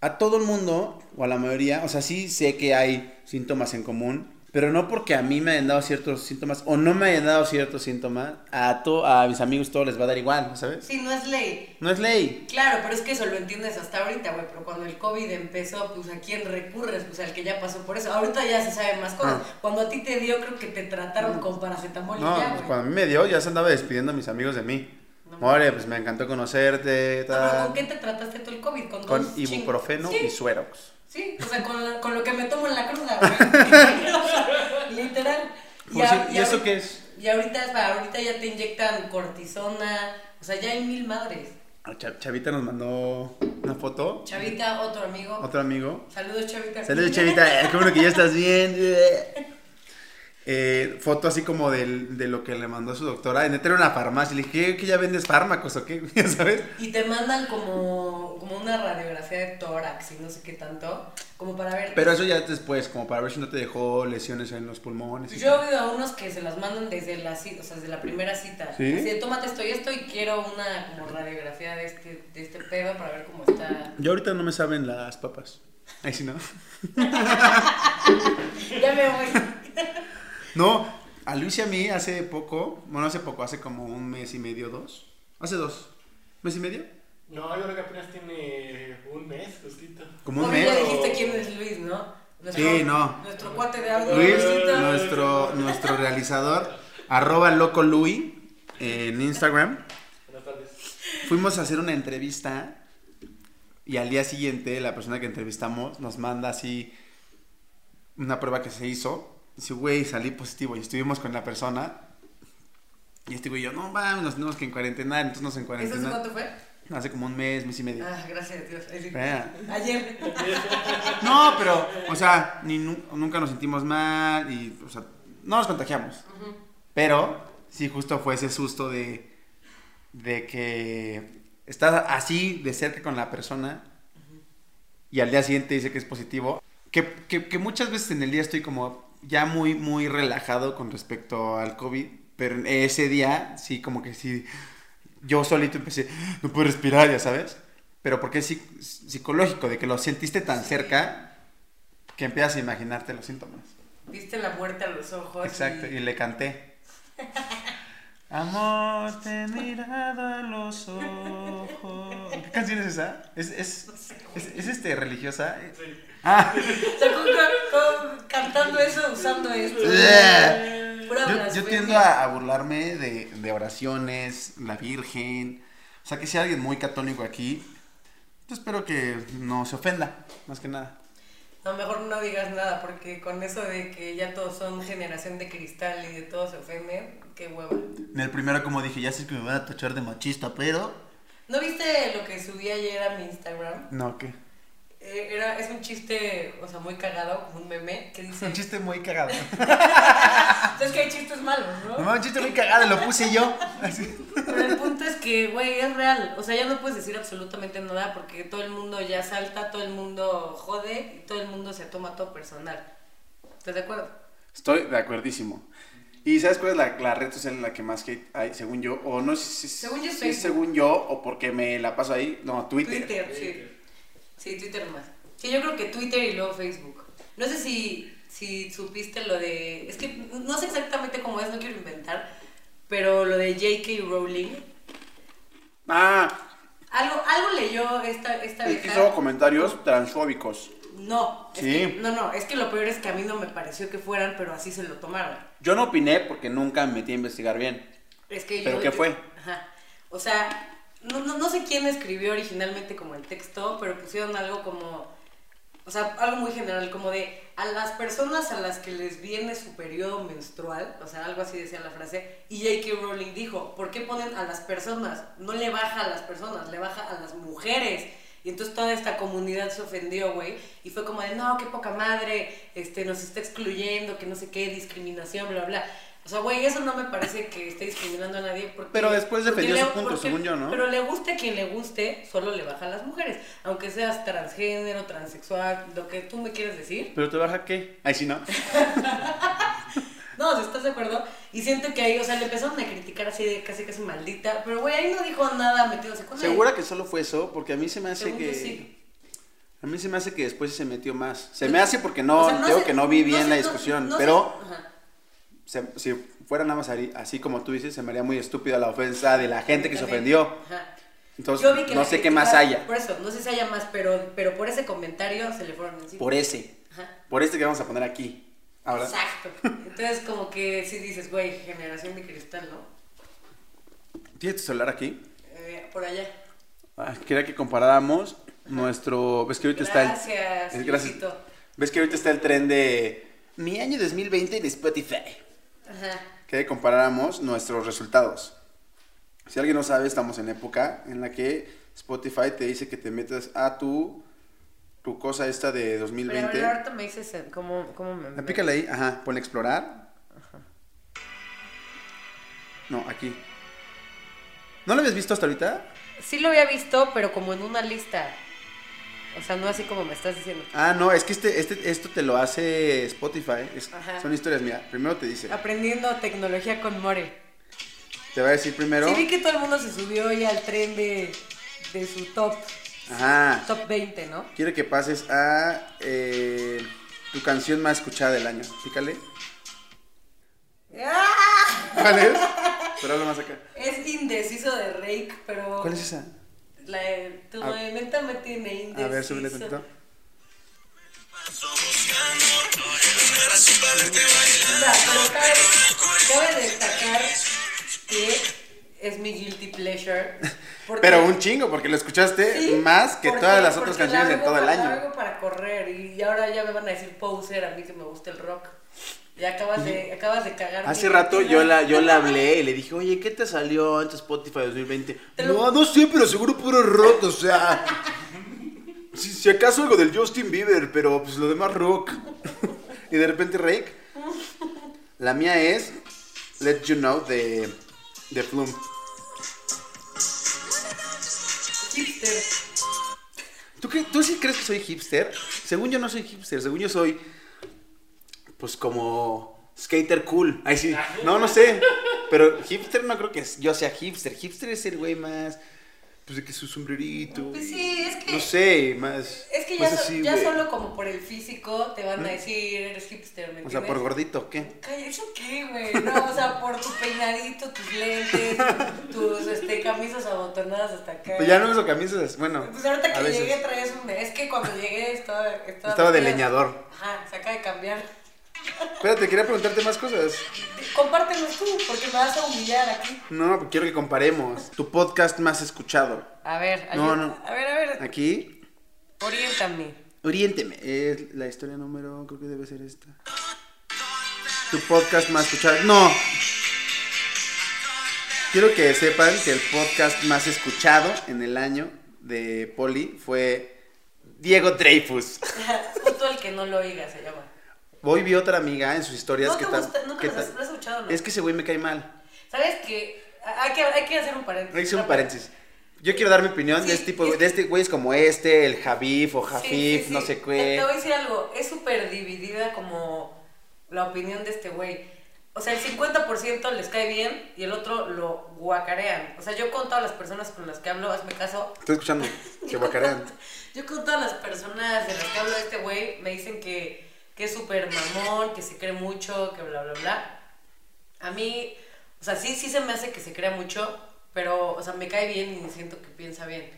A todo el mundo, o a la mayoría, o sea, sí sé que hay síntomas en común, pero no porque a mí me hayan dado ciertos síntomas o no me hayan dado ciertos síntomas, a, to- a mis amigos todo les va a dar igual, ¿sabes? Sí, no es ley. No es ley. Claro, pero es que eso lo entiendes hasta ahorita, güey. Pero cuando el COVID empezó, pues a quién recurres, pues al que ya pasó por eso. Ahorita ya se sabe más cosas. Ah. Cuando a ti te dio, creo que te trataron con paracetamol y No, ya, pues güey. cuando a mí me dio, ya se andaba despidiendo a mis amigos de mí. No. More, pues me encantó conocerte, No, pero ¿Con tal. qué te trataste tú el COVID? Con, Con dos ching- ibuprofeno ¿Sí? y suerox. Sí, o sea, con, la- con lo que me tomo en la cruda, güey. O sea, Literal. Por si- a- ¿Y eso ahorita- qué es? Y ahorita, ahorita ya te inyectan cortisona. O sea, ya hay mil madres. Ah, Cha- Chavita nos mandó una foto. Chavita, otro amigo. Otro amigo. Saludos, Chavita. Saludos, Chavita. Eh, Qué bueno que ya estás bien. eh, foto así como del- de lo que le mandó su doctora. En neta era una farmacia. Le dije, ¿qué, qué ya vendes fármacos o qué? ¿Ya sabes? Y te mandan como, como una radiografía de tórax y no sé qué tanto, como para ver. Pero eso ya después, como para ver si no te dejó lesiones en los pulmones. y Yo he oído a unos que se las mandan desde la cita, o sea, desde la primera cita. ¿Sí? Así de, tómate esto y esto y quiero una como radiografía de este, de este pedo para ver cómo está. Yo ahorita no me saben las papas. Ahí sí, ¿no? Ya me voy. No, a Luis y a mí hace poco, bueno, hace poco, hace como un mes y medio, dos. Hace dos. ¿Mes y medio? No, yo creo que apenas tiene un mes, justito. Como un Obvio, ya mes. dijiste quién es Luis, ¿no? Sí, no. Nuestro cuate de audio. Luis, Luisito. nuestro, nuestro realizador, arroba loco Lui en Instagram. Buenas tardes. Fuimos a hacer una entrevista y al día siguiente la persona que entrevistamos nos manda así una prueba que se hizo. Dice, güey, salí positivo y estuvimos con la persona. Y este güey y yo, no mames, nos tenemos que en cuarentena, entonces nos en ¿Eso hace cuarentena. cuánto fue? Hace como un mes, mes y medio. Ah, gracias a Dios. Es decir, Vea. Ayer. No, pero, o sea, ni nu- nunca nos sentimos mal y, o sea, no nos contagiamos. Pero, sí, justo fue ese susto de, de que estás así de cerca con la persona y al día siguiente dice que es positivo. Que, que- que muchas veces en el día estoy como ya muy, muy relajado con respecto al COVID, pero en ese día sí, como que sí, yo solito empecé, no puedo respirar, ya sabes. Pero porque es psic- psicológico, de que lo sentiste tan cerca que empiezas a imaginarte los síntomas. Viste la muerte a los ojos. Exacto, y- y le canté. Amor, te he mirado a los ojos. ¿Qué canción es esa? ¿Es, es, No sé, güey. es, es, este religiosa? Sí. Ah, O sea, con- con- con- cantando eso, usando esto. Bleh. Pura yo, yo blasfemia. tiendo a, a burlarme de, de oraciones, la Virgen. O sea, que si alguien muy católico aquí, yo espero que no se ofenda, más que nada. No, mejor no digas nada, porque con eso de que ya todos son generación de cristal y de todos se ofenden, qué hueva. En el primero, como dije, ya sé que me van a tachar de machista, pero... ¿No viste lo que subí ayer a mi Instagram? No, ¿qué? Eh, era, es un chiste, o sea, muy cagado, como un meme, que Es dice... "Ah, pues un chiste muy cagado. Es que hay chistes malos, No, un chiste muy cagado, lo puse yo. Así. Pero el punto es que, güey, es real. O sea, ya no puedes decir absolutamente nada porque todo el mundo ya salta, todo el mundo jode y todo el mundo se toma todo personal. ¿Estás de acuerdo? Estoy de acuerdísimo. ¿Y sabes cuál es la, la red social en la que más hate hay, según yo? O no sé si Según yo es si Facebook. según yo, o porque me la paso ahí. No, Twitter. Twitter, sí. Sí, Twitter más. Sí, yo creo que Twitter y luego Facebook. No sé si, si supiste lo de... Es que no sé exactamente cómo es, no quiero inventar, pero lo de J.K. Rowling. Ah, Algo, algo leyó esta, esta y vieja. hizo comentarios transfóbicos. No, es Sí. que- no, no, es que lo peor es que a mí no me pareció que fueran, pero así se lo tomaron. Yo no opiné porque nunca me metí a investigar bien. Es que yo- ¿Pero qué yo- fue? Ajá. O sea, no, no, no sé quién escribió originalmente como el texto, pero pusieron algo como. O sea, algo muy general, como de a las personas a las que les viene su periodo menstrual, o sea, algo así decía la frase, y J.K. Rowling dijo, ¿por qué ponen a las personas? No le baja a las personas, le baja a las mujeres. Y entonces toda esta comunidad se ofendió, güey, y fue como de, no, qué poca madre, este, nos está excluyendo, que no sé qué, discriminación, bla, bla. O sea, güey, eso no me parece que esté discriminando a nadie porque... Pero después porque defendió le- su punto, porque- según yo, ¿no? Pero le guste a quien le guste, solo le baja a las mujeres. Aunque seas transgénero, transexual, lo que tú me quieres decir. ¿Pero te baja qué? Ahí sí no. No, o sea, ¿estás de acuerdo? Y siento que ahí, o sea, le empezaron a criticar así de casi casi maldita. Pero, güey, ahí no dijo nada metiéndose con él. Segura que solo fue eso, porque a mí se me hace Según yo, que. sí. A mí se me hace que después se metió más. Se me hace porque no, O sea, digo sé- que no vi no bien sé- la no- discusión, no sé- pero ajá. se- si fuera nada más ahí- así como tú dices, se me haría muy estúpida la ofensa de la gente que se ofendió. Ajá. Entonces, Yo vi que no la sé qué más criticaron haya. Por eso, no sé si haya más, pero, pero por ese comentario se le fueron encima. Por ese. Ajá. Por este que vamos a poner aquí. Ahora. Exacto. Entonces, como que sí dices, güey, generación de cristal, ¿no? ¿Tienes tu celular aquí? Eh, por allá. Ah, quería que comparáramos nuestro. ¿Ves que ahorita está el. Gracias, el- gracias. Luisito. ¿Ves que ahorita está el tren de. Mi año 2020 en Spotify? Ajá. que comparáramos nuestros resultados. Si alguien no sabe, estamos en época en la que Spotify te dice que te metas a tu, tu cosa esta de Pero a ver, 2020. ahorita me dices eh, cómo, cómo me... Pícale ahí, ajá, pon explorar. No, aquí. ¿No lo habías visto hasta ahorita? Sí lo había visto, pero como en una lista. O sea, no así como me estás diciendo. Ah, no, es que este, este, esto te lo hace Spotify. es- Ajá. son historias mías. Primero te dice. Aprendiendo tecnología con More. Te va a decir primero. Sí vi que todo el mundo se subió ya al tren de, de su top, Ajá. top 20, ¿no? Quiero que pases a eh, tu canción más escuchada del año. Pícale. ¡Ah! ¿Cuál es? Pero habla más acá. Es indeciso de Rake, pero... ¿Cuál es esa? La de, tu A- movimiento me tiene indeciso. A ver, súbele tantito. Mira, pero cabe, cabe destacar que es mi guilty pleasure. porque- Pero un chingo, porque lo escuchaste Sí, más que porque- todas las otras porque canciones de largo todo el pa- año. largo para correr y ahora ya me van a decir poser a mí que me gusta el rock. Ya acabas de, acabas de cagar. mi Hace rato rutina. yo la, yo la hablé y le dije, oye, ¿qué te salió en tu Spotify 2020? Te lo- no sé, pero seguro puro rock, o sea. si, si acaso algo del Justin Bieber, pero pues lo demás rock. Y de repente Rake. La mía es Let You Know de, de Flume. Hipster. ¿Tú, cre- ¿Tú sí crees que soy hipster? Según yo no soy hipster, según yo soy pues como skater cool. Ay sí, no, no sé. Pero hipster no creo que yo sea hipster. Hipster es el güey más pues de que su sombrerito. Pues sí, es que- No sé, más Es que ya, más so- Pues así, ya güey. solo como por el físico te van a decir eres hipster, ¿me O sea, entiendes? por gordito, ¿o ¿qué? Calla, ¿Eso qué, güey? No, o sea, por tu peinadito, tus lentes, tus este, camisas abotonadas hasta acá. Pues ya no uso camisas, bueno. Pues ahorita a que veces. llegué traes un... Es que cuando llegué estaba... Estaba, Estaba de metida- leñador. Ajá, se acaba de cambiar. Espérate, quería preguntarte más cosas. Compártenos tú, porque me vas a humillar aquí. No, quiero que comparemos. Tu podcast más escuchado. A ver, No, ayú- no. a ver, a ver, Aquí oriéntame. Oriénteme. Es la historia número, creo que debe ser esta. Tu podcast más escuchado. No. Quiero que sepan que el podcast más escuchado en el año de Poli fue Diego Dreyfus. Justo el que no lo oiga se llama. Hoy vi otra amiga en sus historias ¿No que te tal- gusta? ¿No te que lo has, tal- lo has escuchado? No? Es que ese güey me cae mal. ¿Sabes qué? Hay que, hay que hacer un paréntesis. No hice un rápido. paréntesis. Yo quiero dar mi opinión Sí, de este tipo, es- de este güeyes como este, el Javif o Sí, Jafif, sí, sí. no sé Te, qué. te voy a decir algo. Es súper dividida como la opinión de este güey. O sea, el 50% les cae bien y el otro lo guacarean. O sea, yo con todas las personas con las que hablo, hazme caso, Estoy escuchando, que guacarean. Yo con todas las personas de las que hablo de este güey me dicen que, que es súper mamón, que se cree mucho, que bla, bla, bla. A mí, o sea, sí, sí se me hace que se crea mucho, pero, o sea, me cae bien y siento que piensa bien.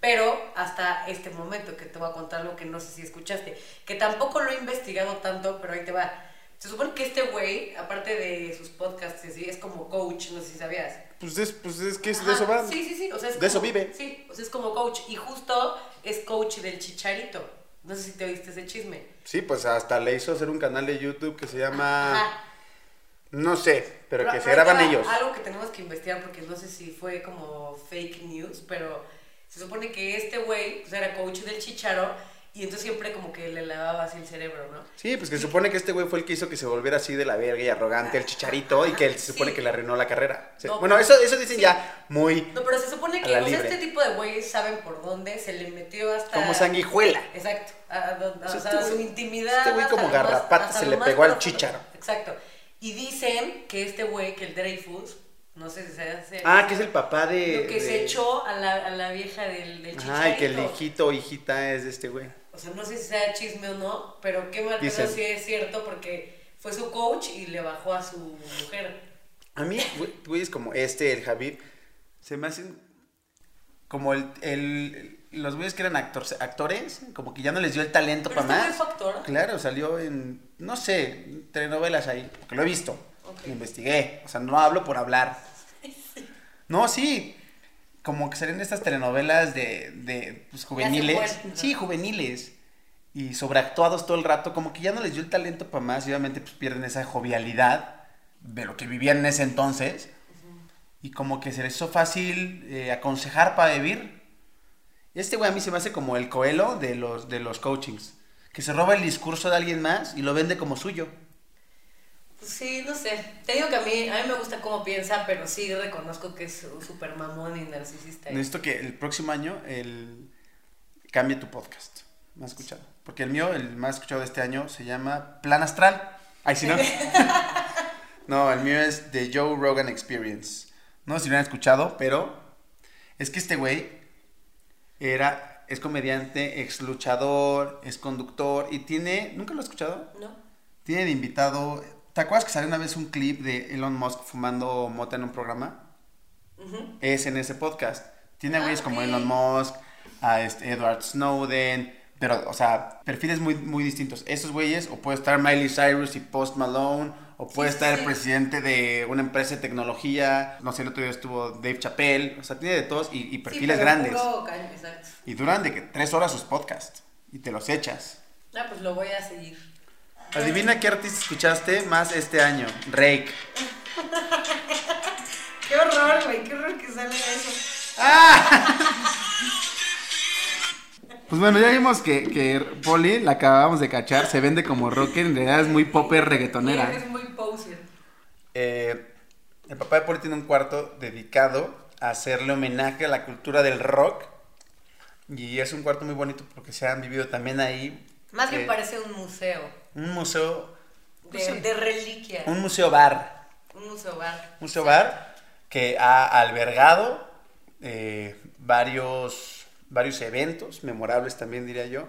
Pero hasta este momento que te voy a contar lo que no sé si escuchaste, que tampoco lo he investigado tanto, pero ahí te va. Se supone que este güey, aparte de sus podcasts, y así, es como coach, no sé si sabías. Pues es, pues es que Ajá, Sí, sí, sí. O sea, es De como- eso vive. Sí, o sea, es como coach. Y justo es coach del chicharito. No sé si te oíste ese chisme. Sí, pues hasta le hizo hacer un canal de YouTube que se llama. Ajá. No sé, Ah, pero, que se ahí te graban va, ellos. Algo que tenemos que investigar porque no sé si fue como fake news, pero se supone que este güey pues, era coach del chicharo y entonces siempre como que le lavaba así el cerebro, ¿no? Sí, pues que se supone que este güey fue el que hizo que se volviera así de la verga y arrogante el chicharito y que él se Sí. supone que le arruinó la carrera. Sí. No, bueno, pero- eso, eso dicen sí. ya muy No, pero se supone A que la o sea, libre. este tipo de güeyes saben por dónde se le metió hasta. como sanguijuela. Exacto, a- a don- a- Sí, o sea, este su güey- intimidad. este güey hasta como lo más- garrapata hasta se lo le más pegó al profundo. chícharo. Exacto. Y dicen que este güey, que el Dreyfus, no sé si se hace. Ah, que es el papá de. lo que se de- echó a la, a la vieja del, del Ajá, y que el chicharito. hijito o hijita es de este güey. O sea, no sé si sea chisme o no, pero qué mal Dicen. pedo si es cierto porque fue su coach y le bajó a su mujer. A mí, güey- güeyes como este, el Javid, se me hacen como el, el- los güeyes que eran actor- actores, como que ya no les dio el talento Pero para este más. güey fue actor. Claro, salió en, no sé, telenovelas ahí, porque lo he visto, Ok. lo investigué, o sea, no hablo por hablar. No, sí, como que salen estas telenovelas de, de pues, juveniles, fue. sí, juveniles, y sobreactuados todo el rato, como que ya no les dio el talento para más, y obviamente pues pierden esa jovialidad de lo que vivían en ese entonces, y como que se les hizo fácil eh, aconsejar para vivir. Este güey a mí se me hace como el coelo de los, de los coachings. Que se roba el discurso de alguien más y lo vende como suyo. Sí, no sé. Te digo que a mí, a mí me gusta cómo piensa, pero sí reconozco que es un súper mamón y narcisista. Necesito que el próximo año el... cambie tu podcast más escuchado. Porque el mío, el más escuchado de este año, se llama Plan Astral. Ay, si no. no, el mío es The Joe Rogan Experience. No sé si lo han escuchado, pero es que este güey era, es comediante, ex luchador, es conductor y tiene, ¿nunca lo has escuchado? ¿No? Tiene de invitado, ¿te acuerdas que salió una vez un clip de Elon Musk fumando mota en un programa? Ujú. es en ese podcast. Tiene a Ah, güeyes como ok. Elon Musk, a este Edward Snowden, pero, o sea, perfiles muy, muy distintos. Esos güeyes, o puede estar Miley Cyrus y Post Malone, o puede Sí, sí, estar el sí. presidente de una empresa de tecnología, no sé, el otro día estuvo Dave Chappelle, o sea, tiene de todos y, y perfiles Sí, pero grandes. puro caño, exacto. Y duran de que tres horas sus podcasts, y te los echas. Ah, pues lo voy a seguir. Adivina qué artista escuchaste más este año, Rake. Qué horror, güey, qué horror que sale eso. Pues bueno, ya vimos que, que Polly, la acabamos de cachar, se vende como rocker, en realidad es muy popper Güey, reggaetonera. Es muy poser. Eh, el papá de Polly tiene un cuarto dedicado a hacerle homenaje a la cultura del rock. Y es un cuarto muy bonito porque se han vivido también ahí. Más eh, bien parece un museo Un museo, de, de reliquia. un museo bar. Un museo bar. museo bar que ha albergado eh, varios, varios eventos memorables también, diría yo.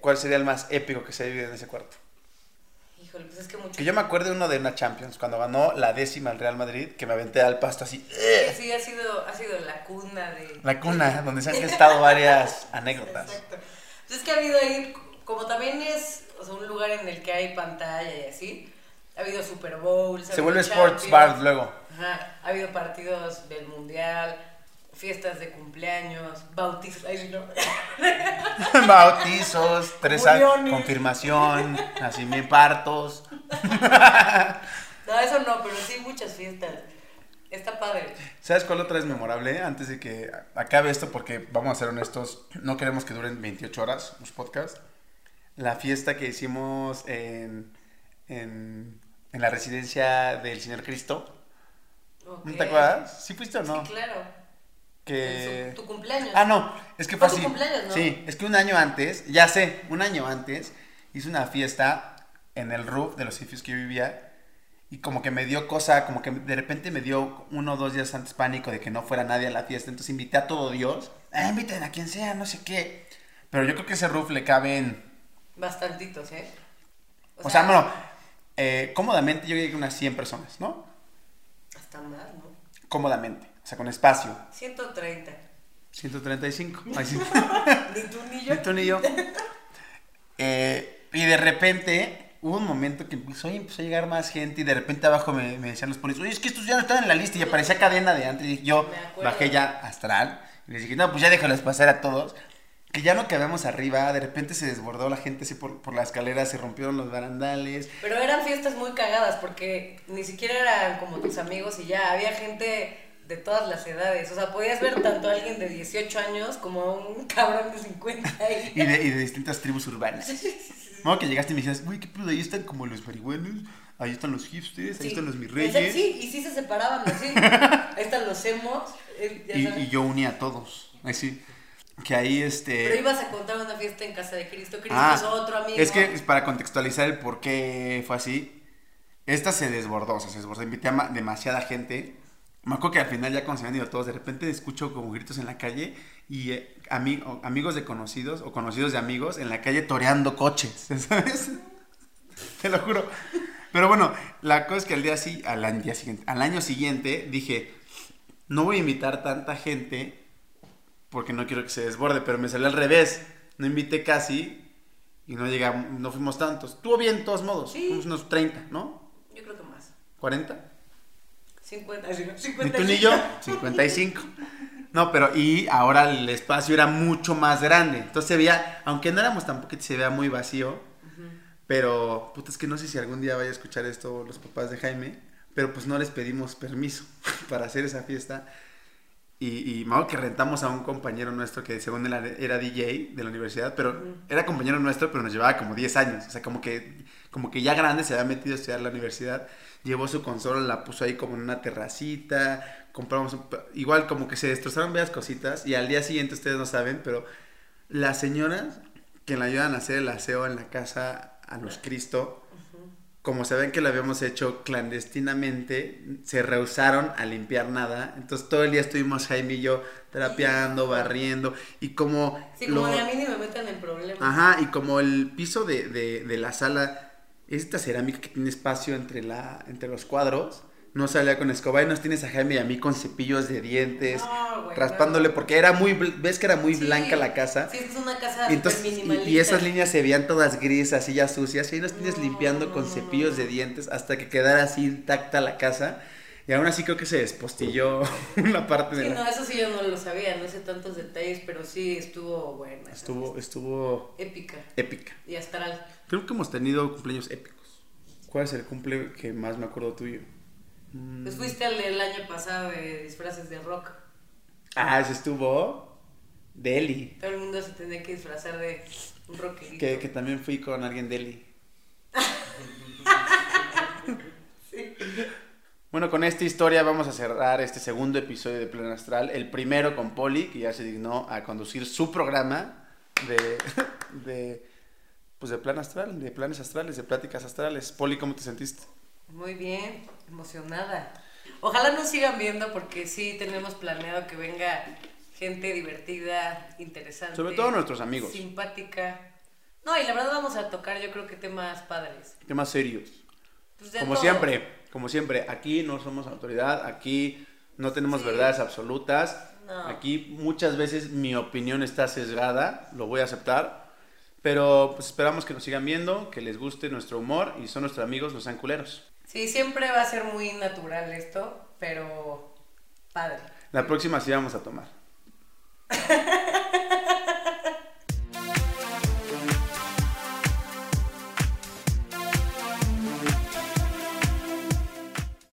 ¿Cuál sería el más épico que se ha vivido en ese cuarto? Híjole, pues es que mucho. Que yo me acuerdo de uno de una Champions, cuando ganó la décima el Real Madrid, que me aventé al pasto así. Sí, ¡eh! sí, ha sido, ha sido la cuna de. La cuna, donde se han gestado varias anécdotas. Exacto. Pues es que ha habido ahí, como también es o sea, un lugar en el que hay pantalla y así, ha habido Super Bowls. ha Se habido vuelve sports Champions, bar luego. Ajá, ha habido partidos del Mundial, fiestas de cumpleaños, bautizos. Ay, no. Bautizos, tres años, Uniones. confirmación, nacimientos, partos. No, eso no, pero sí muchas fiestas. Está padre. ¿Sabes cuál otra es memorable? Antes de que acabe esto, porque vamos a ser honestos, no queremos que duren 28 horas los podcasts. La fiesta que hicimos en, en, en la residencia del Señor Cristo. Ok. ¿No te acuerdas? ¿Sí fuiste o no? Sí, claro. Que... En su- Tu cumpleaños. Ah, no, es que fue Fue tu así. cumpleaños, ¿no? Sí, es que un año antes, ya sé, un año antes, hice una fiesta en el roof de los edificios que yo vivía y como que me dio cosa, como que de repente me dio uno o dos días antes pánico de que no fuera nadie a la fiesta, entonces invité a todo Dios, "Ah, inviten a quien sea, no sé qué. Pero yo creo que ese roof le caben, Bastantitos, ¿eh? o sea, bueno, eh, cómodamente yo llegué a unas 100 personas, ¿no? Hasta más, ¿no? Cómodamente, o sea, con espacio. 130. 135. Ay, sí. Ni tú ni yo. Ni tú ni yo. Eh, y de repente hubo un momento que empezó, y empezó a llegar más gente y de repente abajo me, me decían los polis, oye, es que estos ya no estaban en la lista y aparecía cadena de antes. Y yo Me acuerdo. bajé ya astral y les dije, no, pues ya déjalos pasar a todos. Que ya no quedamos arriba, de repente se desbordó la gente así por, por la escalera, se rompieron los barandales. Pero eran fiestas muy cagadas porque ni siquiera eran como tus amigos y ya había gente de todas las edades. O sea, podías ver tanto a alguien de 18 años como a un cabrón de 50. ahí. Y de, y de distintas tribus urbanas. No, que llegaste y me dijiste, uy, qué pedo, ahí están como los marihuanos, ahí están los hipsters, ahí Sí. están los mis O sea, reyes. Sí, y sí se separaban así. Ahí están los emos. eh, ya Y, sabes. y yo uní a todos. Así. Que ahí este. Pero ibas a contar una fiesta en casa de Cristo. Cristo Ah, es otro amigo. Es que para contextualizar el por qué fue así, esta se desbordó, o sea, se desbordó. Invité a ma- demasiada gente. Me acuerdo que al final, ya cuando se habían ido todos, de repente escucho como gritos en la calle y eh, ami- o- amigos de conocidos o conocidos de amigos en la calle toreando coches, ¿sabes? Te lo juro. Pero bueno, la cosa es que al día, sí, al, an- día siguiente, al año siguiente dije, no voy a invitar tanta gente porque no quiero que se desborde, pero me salió al revés. No invité casi y no llegamos, no fuimos tantos. Estuvo bien, de todos modos. Sí. Fuimos unos 30, ¿no? Yo creo que más. 40. 50. así, ¿no? Ni 50 tú ni yo, 55. No, pero y ahora el espacio era mucho más grande. Entonces se veía, aunque no éramos tan poquitos, se veía muy vacío. Pero, puta, es que no sé si algún día vaya a escuchar esto los papás de Jaime. Pero pues no les pedimos permiso para hacer esa fiesta. Y, y me acuerdo que rentamos a un compañero nuestro que según él era, era DJ de la universidad, pero era compañero nuestro, pero nos llevaba como 10 años. O sea, como que, como que ya grande se había metido a estudiar en la universidad. Llevó su consola, la puso ahí como en una terracita. Compramos, un pa- igual como que se destrozaron varias cositas. Y al día siguiente, ustedes no saben, pero las señoras que le ayudan a hacer el aseo en la casa a los Cristo, como saben que lo habíamos hecho clandestinamente, se rehusaron a limpiar nada. Entonces todo el día estuvimos Jaime y yo trapeando, barriendo y como... Sí, como lo- de a mí ni me metan en problemas. Ajá, y como el piso de, de- de la sala es esta cerámica que tiene espacio entre, la, entre los cuadros, no salía con escoba y nos tienes a Jaime y a mí con cepillos de dientes, No, güey, raspándole, no. porque era muy, bl- ves que era muy Ah, Sí, blanca la casa. Sí, es una casa Y, entonces, súper y- minimalista. y esas líneas se veían todas grises, así ya sucias, y ahí nos tienes No, limpiando no, con no, cepillos no. de dientes hasta que quedara así intacta la casa. Y aún así creo que se despostilló una parte de Sí, la... no, eso sí yo no lo sabía, no sé tantos detalles, pero sí estuvo buena. esa Estuvo, fiesta. estuvo épica épica. y astral. Creo que hemos tenido cumpleaños épicos. ¿Cuál es el cumple que más me acuerdo tuyo? Mm. Pues fuiste al del año pasado de disfraces de rock. Ah, ese estuvo Delhi. Todo el mundo se tenía que disfrazar de un rockerito. Que, que también fui con alguien Delhi. Sí. Bueno, con esta historia vamos a cerrar este segundo episodio de Plan Astral, el primero con Poli, que ya se dignó a conducir su programa de, de, pues de Plan Astral, de planes astrales, de pláticas astrales. Poli, ¿cómo te sentiste? Muy bien, emocionada. Ojalá nos sigan viendo porque sí tenemos planeado que venga gente divertida, interesante. Sobre todo nuestros amigos. Simpática. No, y la verdad vamos a tocar yo creo que temas padres. Temas serios. Pues de Como todo. siempre, como siempre, aquí no somos autoridad, aquí no tenemos Sí. verdades absolutas. No. Aquí muchas veces mi opinión está sesgada, lo voy a aceptar. Pero pues esperamos que nos sigan viendo, que les guste nuestro humor y son nuestros amigos los anculeros. Sí, siempre va a ser muy natural esto, pero padre. La próxima sí vamos a tomar.